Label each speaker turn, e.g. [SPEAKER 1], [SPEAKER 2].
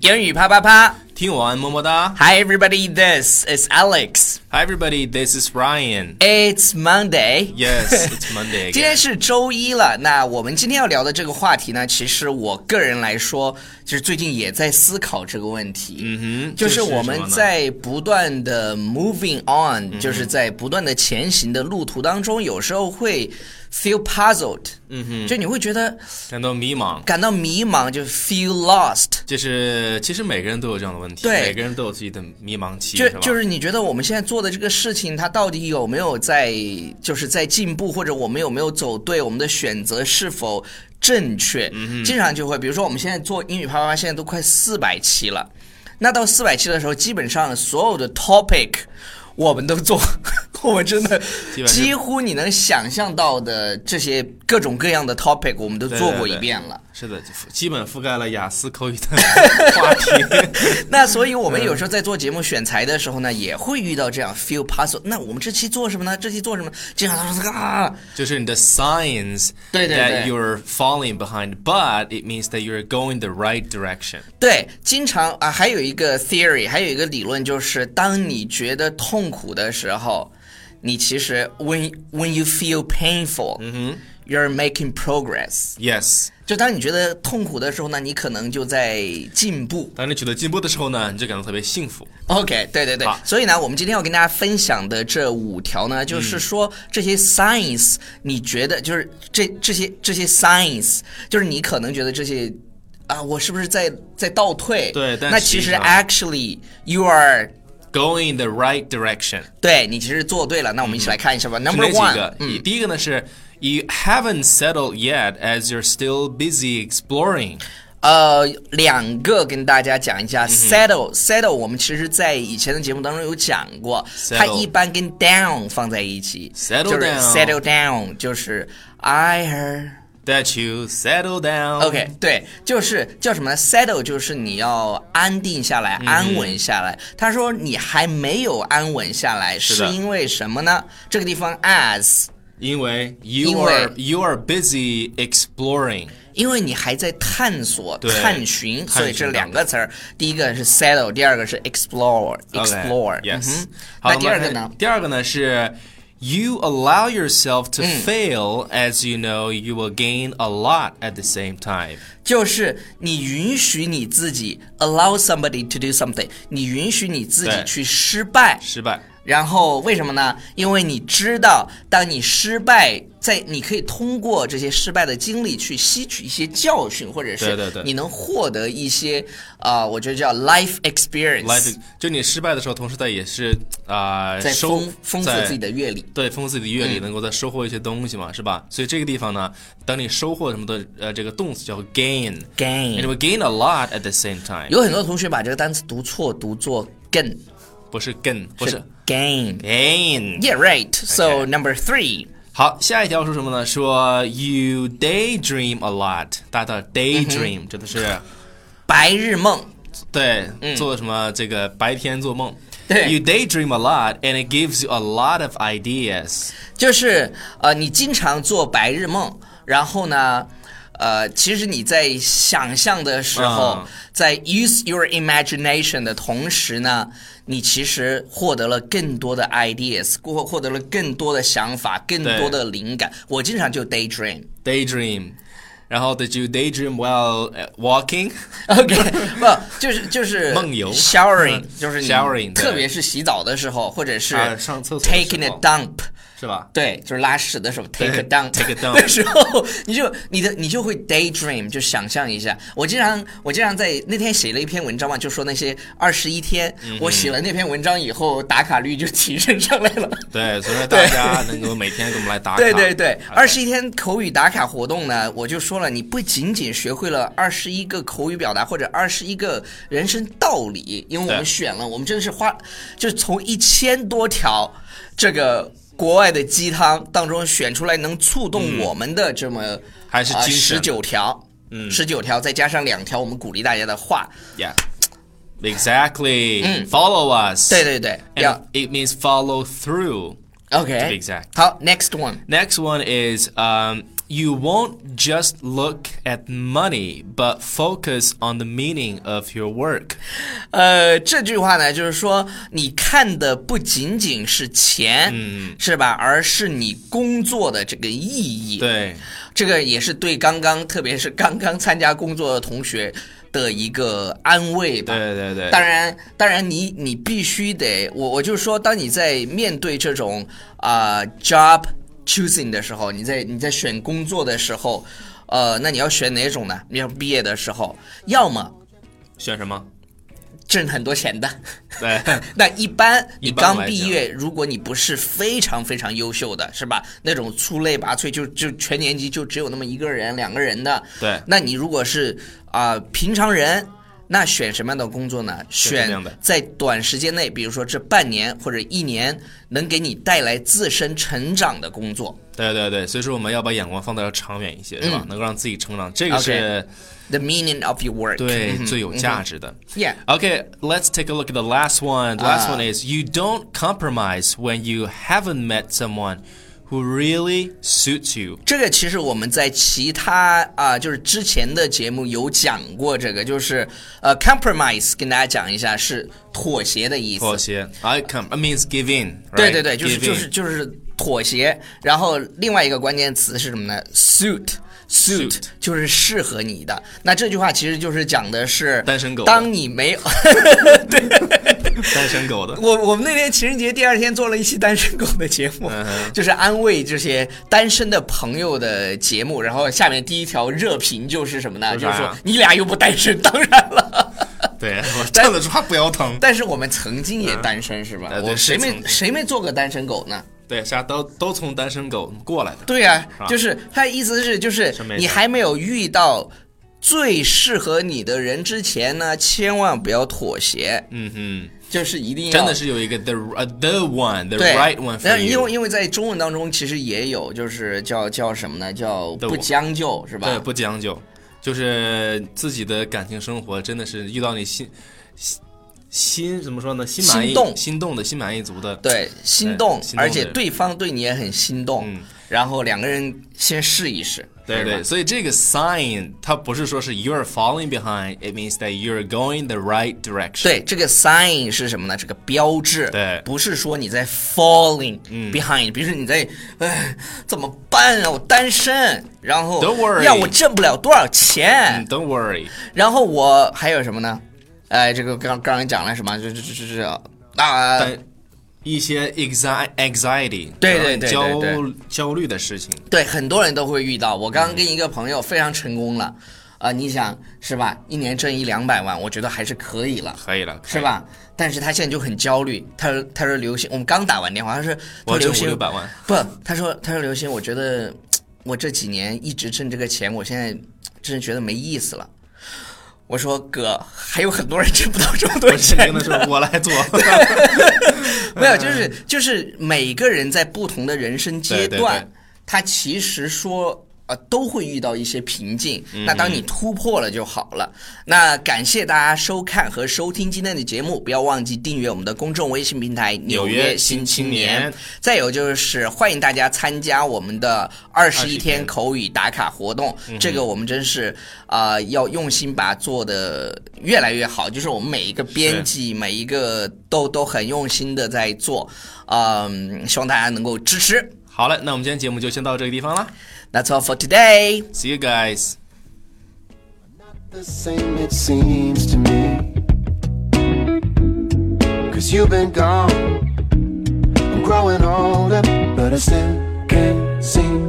[SPEAKER 1] 英语啪啪啪
[SPEAKER 2] 听完么么哒。
[SPEAKER 1] ！Hi everybody, this is Alex.
[SPEAKER 2] Hi everybody, this is Ryan.
[SPEAKER 1] It's Monday.
[SPEAKER 2] Yes, it's Monday
[SPEAKER 1] 今天
[SPEAKER 2] again.
[SPEAKER 1] 是周一了，那我们今天要聊的这个话题呢，其实我个人来说，就是最近也在思考这个问题。
[SPEAKER 2] 嗯哼
[SPEAKER 1] 就是
[SPEAKER 2] 这嗯是
[SPEAKER 1] 我
[SPEAKER 2] 什
[SPEAKER 1] 们
[SPEAKER 2] 么呢
[SPEAKER 1] 在不断的 moving on，、就是在不断的前行的路途当中，有时候会 feel puzzled，嗯哼，就你会觉得
[SPEAKER 2] 感到迷茫，
[SPEAKER 1] 感到迷茫，就 feel lost。
[SPEAKER 2] 就是其实每个人都有这样的问题，
[SPEAKER 1] 对
[SPEAKER 2] 每个人都有自己的迷茫期，
[SPEAKER 1] 就是
[SPEAKER 2] 吧？
[SPEAKER 1] 就是你觉得我们现在做的这个事情，它到底有没有在就是在进步，或者我们有没有走对，我们的选择是否正确？
[SPEAKER 2] 嗯
[SPEAKER 1] 经常就会，比如说我们现在做英语啪啪啪，现在都快四百期了，那到四百期的时候，基本上所有的 topic 我们都做， 我们真的
[SPEAKER 2] 基本上
[SPEAKER 1] 几乎你能想象到的这些各种各样的 topic，我们都
[SPEAKER 2] 对
[SPEAKER 1] 做
[SPEAKER 2] 对
[SPEAKER 1] 过一
[SPEAKER 2] 对
[SPEAKER 1] 遍了。
[SPEAKER 2] 是的，基本覆盖了雅思口语的话题。
[SPEAKER 1] 那所以，我们有时候在做节目选材的时候呢，也会遇到这样 feel puzzle。那我们这期做什么呢？这期做什么？经常他说啊，
[SPEAKER 2] 就是你的 signs
[SPEAKER 1] 对对
[SPEAKER 2] that
[SPEAKER 1] 对
[SPEAKER 2] you're falling behind, but it means that you're going the right direction.
[SPEAKER 1] 对，经常啊，还有一个 theory，还有一个理论就是，当你觉得痛苦的时候，你其实 when when you feel painful，嗯 You're making progress。
[SPEAKER 2] Yes，
[SPEAKER 1] 就当你觉得痛苦的时候呢，你可能就在进步。
[SPEAKER 2] 当你取得进步的时候呢，你就感到特别幸福。
[SPEAKER 1] OK，对对对
[SPEAKER 2] 好，
[SPEAKER 1] 所以呢，我们今天要跟大家分享的这五条呢，就是说这些 signs，你觉得就是这这些这些 signs，就是你可能觉得这些啊，我是不是在在倒退？
[SPEAKER 2] 对但
[SPEAKER 1] 那
[SPEAKER 2] 实
[SPEAKER 1] 其
[SPEAKER 2] 际
[SPEAKER 1] 实
[SPEAKER 2] 上
[SPEAKER 1] actually you are。
[SPEAKER 2] Going the right direction
[SPEAKER 1] 对你其实做对了，那我们一起来看一下吧。Number
[SPEAKER 2] 是哪几
[SPEAKER 1] one，Mm.
[SPEAKER 2] 个？嗯一第一个呢是 You haven't settled yet as you're still busy exploring。
[SPEAKER 1] 呃，两个跟大家讲一下、s
[SPEAKER 2] 嗯
[SPEAKER 1] e t t l e settle，我们其实在以前的节目当中有讲过
[SPEAKER 2] Settle
[SPEAKER 1] 它一般跟 down 放在一起
[SPEAKER 2] Settle
[SPEAKER 1] 就是
[SPEAKER 2] down
[SPEAKER 1] settle down，就是 I heard。
[SPEAKER 2] That you settle down。
[SPEAKER 1] OK，对，就是叫什么呢？settle 就是你要安定下来、
[SPEAKER 2] 嗯
[SPEAKER 1] 安稳下来。他说你还没有安稳下来，是
[SPEAKER 2] 的
[SPEAKER 1] 因为什么呢？这个地方 as，
[SPEAKER 2] 因为 you
[SPEAKER 1] 因为
[SPEAKER 2] are you are busy exploring。
[SPEAKER 1] 因为你还在探索、
[SPEAKER 2] 对
[SPEAKER 1] 探寻，
[SPEAKER 2] 探
[SPEAKER 1] 所以这
[SPEAKER 2] 寻
[SPEAKER 1] 两个词儿，第一个是 settle，第二个是 explore。explore，嗯 Mm-hmm.
[SPEAKER 2] Yes.
[SPEAKER 1] 哼
[SPEAKER 2] 好，
[SPEAKER 1] 那
[SPEAKER 2] 我们
[SPEAKER 1] 第二个
[SPEAKER 2] 来看
[SPEAKER 1] 呢？
[SPEAKER 2] 第二个呢是 You allow yourself to
[SPEAKER 1] Mm.
[SPEAKER 2] fail as you know you will gain a lot at the same time。
[SPEAKER 1] 就是你允许你自己 allow somebody to do something，你允许你自己
[SPEAKER 2] 对
[SPEAKER 1] 去失败。
[SPEAKER 2] 失败。
[SPEAKER 1] 然后为什么呢？因为你知道，当你失败，在你可以通过这些失败的经历去吸取一些教训，或者
[SPEAKER 2] 对
[SPEAKER 1] 是
[SPEAKER 2] 对对
[SPEAKER 1] 你能获得一些啊、呃我觉得叫 life experience，
[SPEAKER 2] Life 就你失败的时候，同时在也是啊、呃
[SPEAKER 1] 在
[SPEAKER 2] 收
[SPEAKER 1] 丰丰富
[SPEAKER 2] 在
[SPEAKER 1] 自己的阅历。
[SPEAKER 2] 对，丰富自己的阅历，能够再收获一些东西嘛，是吧？所以这个地方呢，当你收获什么的，呃，这个动词叫 gain，
[SPEAKER 1] gain
[SPEAKER 2] it will gain a lot at the same time，
[SPEAKER 1] 有很多同学把这个单词读错，读作 gain，
[SPEAKER 2] 不是 gain，不
[SPEAKER 1] 是
[SPEAKER 2] 是
[SPEAKER 1] gain。
[SPEAKER 2] gain。
[SPEAKER 1] Yeah, right. So number three，
[SPEAKER 2] 好，下一条说什么呢？说 you daydream a lot，大家知道 daydream、指的 是
[SPEAKER 1] 白日梦。
[SPEAKER 2] 对、做什么这个白天做梦。
[SPEAKER 1] 对
[SPEAKER 2] ，you daydream a lot and it gives you a lot of ideas。
[SPEAKER 1] 就是呃，你经常做白日梦，然后呢，呃，其实你在想象的时候，
[SPEAKER 2] 嗯
[SPEAKER 1] 在 use your imagination 的同时呢，你其实获得了更多的 ideas，获获得了更多的想法，更多的灵感。我经常就 daydream。
[SPEAKER 2] daydream，然后 did you daydream while uh, walking？
[SPEAKER 1] OK，不就是就是
[SPEAKER 2] 梦游嗯
[SPEAKER 1] showering，就是你
[SPEAKER 2] Showering，对
[SPEAKER 1] 特别是洗澡的时候，或者是
[SPEAKER 2] 啊上厕所的时候
[SPEAKER 1] taking a dump。
[SPEAKER 2] 是吧？
[SPEAKER 1] 对，就是拉屎的时候 take a dump
[SPEAKER 2] take a dump
[SPEAKER 1] 的时候，你就你的你就会 daydream，就想象一下。我经常我经常在那天写了一篇文章嘛，就说那些二十一天，
[SPEAKER 2] 嗯
[SPEAKER 1] 我写了那篇文章以后，打卡率就提升上来了。
[SPEAKER 2] 对，所以说大家能够每天给我们来打卡。
[SPEAKER 1] 对对对，二十一天口语打卡活动呢，我就说了，你不仅仅学会了二十一个口语表达或者二十一个人生道理，因为我们
[SPEAKER 2] 对
[SPEAKER 1] 选了，我们真的是花，就从一千多条这个国外的鸡汤当中选出来能触动我们的这么、
[SPEAKER 2] 嗯
[SPEAKER 1] 啊
[SPEAKER 2] 还是精神
[SPEAKER 1] 十九、19条，嗯，十九条再加上两条我们鼓励大家的话，
[SPEAKER 2] ，Yeah。Exactly. Follow us.
[SPEAKER 1] 对对对，要
[SPEAKER 2] And it means follow through.
[SPEAKER 1] OK，
[SPEAKER 2] exact
[SPEAKER 1] 好，next one。
[SPEAKER 2] Next one is um, You won't just look at money, but focus on the meaning of your work.
[SPEAKER 1] 呃，这句话呢，就是说你看的不仅仅是钱，嗯，是吧？而是你工作的这个意义。，
[SPEAKER 2] 对，
[SPEAKER 1] 这个也是对刚刚，特别是刚刚参加工作的同学的一个安慰吧。
[SPEAKER 2] 对对对
[SPEAKER 1] 当然，当然你，你必须得，我我就说，当你在面对这种啊、job choosing 的时候，你在你在选工作的时候，呃，那你要选哪种呢？你要毕业的时候，要么
[SPEAKER 2] 选什么？
[SPEAKER 1] 挣很多钱的，
[SPEAKER 2] 对，
[SPEAKER 1] 那一般你
[SPEAKER 2] 一般
[SPEAKER 1] 刚
[SPEAKER 2] 来
[SPEAKER 1] 毕
[SPEAKER 2] 讲
[SPEAKER 1] 业，如果你不是非常非常优秀的，是吧？那种出类拔萃，就就全年级就只有那么一个人、两个人的，
[SPEAKER 2] 对
[SPEAKER 1] 那你如果是啊、平常人，那选什么样的工作呢？
[SPEAKER 2] 什
[SPEAKER 1] 选
[SPEAKER 2] 么样的
[SPEAKER 1] 在短时间内，比如说这半年或者一年，能给你带来自身成长的工作。
[SPEAKER 2] 对对对，所以说我们要把眼光放得要长远一些，是吧？能够让自己成长，这个是
[SPEAKER 1] The meaning of your work. 嗯
[SPEAKER 2] 对最有价值的。
[SPEAKER 1] Yeah.
[SPEAKER 2] Okay, let's take a look at the last one. The last
[SPEAKER 1] Ah.
[SPEAKER 2] one is you don't compromise when you haven't met someone who really suits you.
[SPEAKER 1] 这个其实我们在其他啊、就是之前的节目有讲过这个，就是呃，compromise，跟大家讲一下是妥协的意思。
[SPEAKER 2] 妥协。I com- it means give in.
[SPEAKER 1] 对
[SPEAKER 2] right?
[SPEAKER 1] 对对，就是
[SPEAKER 2] Give
[SPEAKER 1] 就
[SPEAKER 2] in.
[SPEAKER 1] 是就是妥协。然后另外一个关键词是什么呢？suit。suit
[SPEAKER 2] Suit
[SPEAKER 1] 就是适合你的。那这句话其实就是讲的是
[SPEAKER 2] 单身狗
[SPEAKER 1] 当你没有，
[SPEAKER 2] 单身狗的。
[SPEAKER 1] 我我们那天情人节第二天做了一期单身狗的节目，
[SPEAKER 2] 嗯
[SPEAKER 1] 就是安慰这些单身的朋友的节目。然后下面第一条热评就是什么呢？
[SPEAKER 2] 说
[SPEAKER 1] 就是
[SPEAKER 2] 啥呀
[SPEAKER 1] 说你俩又不单身，当然 了。
[SPEAKER 2] 对，我站得住还不腰疼。
[SPEAKER 1] 但是我们曾经也单身是吧？
[SPEAKER 2] 呃对
[SPEAKER 1] 我谁
[SPEAKER 2] 是
[SPEAKER 1] 没
[SPEAKER 2] 曾经
[SPEAKER 1] 谁没做过单身狗呢？
[SPEAKER 2] 对，啥都-都从单身狗过来的。
[SPEAKER 1] 对呀、
[SPEAKER 2] 是吧
[SPEAKER 1] 就是他的意思是，就是
[SPEAKER 2] 是没
[SPEAKER 1] 你
[SPEAKER 2] 错
[SPEAKER 1] 还没有遇到最适合你的人之前呢，千万不要妥协，就是一定要
[SPEAKER 2] 嗯真的是有一个 the uh, the one the
[SPEAKER 1] 对
[SPEAKER 2] right one for
[SPEAKER 1] 但是
[SPEAKER 2] you。
[SPEAKER 1] 因为因为在中文当中其实也有，就是叫叫什么呢？叫
[SPEAKER 2] 对
[SPEAKER 1] 不将就是吧？
[SPEAKER 2] 对，不将就，就是自己的感情生活真的是遇到你心心心怎么说呢？心满意
[SPEAKER 1] 心动
[SPEAKER 2] 心动的心满意足的。
[SPEAKER 1] 对心动，
[SPEAKER 2] 心动
[SPEAKER 1] 而且
[SPEAKER 2] 对
[SPEAKER 1] 对方对你也很心动，
[SPEAKER 2] 嗯
[SPEAKER 1] 然后两个人先试一试，
[SPEAKER 2] 对
[SPEAKER 1] 是吧
[SPEAKER 2] 对，所以这个 sign 它不是说是 you're falling behind，it means that you're going the right direction。
[SPEAKER 1] 对，这个 sign 是什么呢？这个标志，
[SPEAKER 2] 对嗯
[SPEAKER 1] 不是说你在 falling behind，、比如说你在，哎，怎么办啊？我单身，然后
[SPEAKER 2] Don't worry
[SPEAKER 1] 呀，我挣不了多少钱，
[SPEAKER 2] 嗯，Don't worry，
[SPEAKER 1] 然后我还有什么呢？哎，这个刚刚才讲了什么？这这这这这啊，
[SPEAKER 2] 但一些 anxi- anxiety，
[SPEAKER 1] 对
[SPEAKER 2] 让
[SPEAKER 1] 对
[SPEAKER 2] 你
[SPEAKER 1] 对
[SPEAKER 2] 焦
[SPEAKER 1] 对
[SPEAKER 2] 焦虑的事情，
[SPEAKER 1] 对，很多人都会遇到。我刚
[SPEAKER 2] 嗯
[SPEAKER 1] 刚跟一个朋友非常成功了，啊、你想是吧？一年挣一两百万，我觉得还是可以了。
[SPEAKER 2] 可以了，
[SPEAKER 1] 是？吧？但是他现在就很焦虑，他说他说刘星，我们刚打完电话，他说他
[SPEAKER 2] 我
[SPEAKER 1] 说
[SPEAKER 2] 要挣
[SPEAKER 1] 刘
[SPEAKER 2] 五
[SPEAKER 1] 星
[SPEAKER 2] 六百万，
[SPEAKER 1] 不，他说他说刘星，我觉得我这几年一直挣这个钱，我现在真的觉得没意思了。我说哥，还有很多人挣不到这么多
[SPEAKER 2] 我是
[SPEAKER 1] 钱
[SPEAKER 2] 真的是我来做。
[SPEAKER 1] 没有，就是就是每个人在不同的人生阶
[SPEAKER 2] 嗯对对
[SPEAKER 1] 段，
[SPEAKER 2] 对
[SPEAKER 1] 他其实说。呃，都会遇到一些瓶颈，
[SPEAKER 2] 嗯
[SPEAKER 1] 那当你突破了就好了。那感谢大家收看和收听今天的节目，不要忘记订阅我们的公众微信平台《纽
[SPEAKER 2] 纽约
[SPEAKER 1] 约
[SPEAKER 2] 新
[SPEAKER 1] 青
[SPEAKER 2] 青年
[SPEAKER 1] 再有就是欢迎大家参加我们的二十一
[SPEAKER 2] 21
[SPEAKER 1] 天口语打卡活动，这个我们真是啊、呃要用心把它做的越来越好，就是我们每一个编
[SPEAKER 2] 是
[SPEAKER 1] 辑每一个都都很用心的在做，嗯、希望大家能够支持。
[SPEAKER 2] 好了，那我们今天节目就先到这个地方了。
[SPEAKER 1] That's all for today.
[SPEAKER 2] See you guys.
[SPEAKER 3] the same it seems to me cause you've been gone i'm growing older but i still can't seem